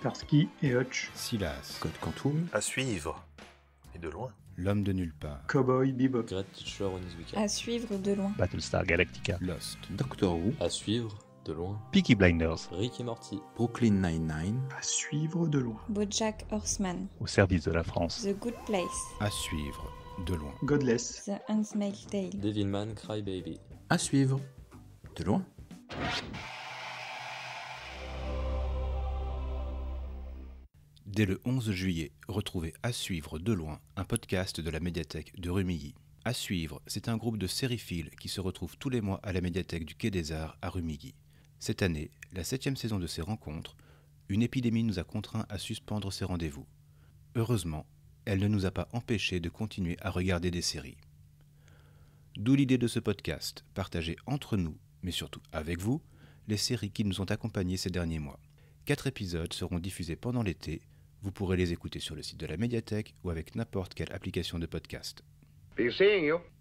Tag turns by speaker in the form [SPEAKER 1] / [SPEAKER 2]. [SPEAKER 1] Starsky et Hutch,
[SPEAKER 2] Silas,
[SPEAKER 3] Code Quantum,
[SPEAKER 4] À suivre. Et de loin.
[SPEAKER 2] L'homme de nulle part,
[SPEAKER 1] Cowboy Bebop,
[SPEAKER 5] Great Teacher Oni's Weekend.
[SPEAKER 6] À suivre de loin.
[SPEAKER 7] Battlestar Galactica,
[SPEAKER 2] Lost,
[SPEAKER 3] Doctor Who,
[SPEAKER 5] À suivre de loin.
[SPEAKER 7] Peaky Blinders,
[SPEAKER 5] Rick et Morty.
[SPEAKER 3] Brooklyn Nine-Nine,
[SPEAKER 1] à suivre de loin.
[SPEAKER 6] Bojack Horseman.
[SPEAKER 7] au service de la France,
[SPEAKER 6] The Good Place.
[SPEAKER 2] à suivre de loin,
[SPEAKER 1] Godless,
[SPEAKER 6] The Handmaid's Tale.
[SPEAKER 5] Devilman Crybaby.
[SPEAKER 3] à suivre de loin.
[SPEAKER 2] Dès le 11 juillet, retrouvez À suivre de loin, un podcast de la médiathèque de Rumilly. À suivre, c'est un groupe de sériphiles qui se retrouve tous les mois à la médiathèque du Quai des Arts à Rumilly. Cette année, la septième saison de ces rencontres, une épidémie nous a contraints à suspendre ces rendez-vous. Heureusement, elle ne nous a pas empêchés de continuer à regarder des séries. D'où l'idée de ce podcast, partager entre nous, mais surtout avec vous, les séries qui nous ont accompagnés ces derniers mois. Quatre épisodes seront diffusés pendant l'été vous pourrez les écouter sur le site de la médiathèque ou avec n'importe quelle application de podcast.
[SPEAKER 8] Be seeing you.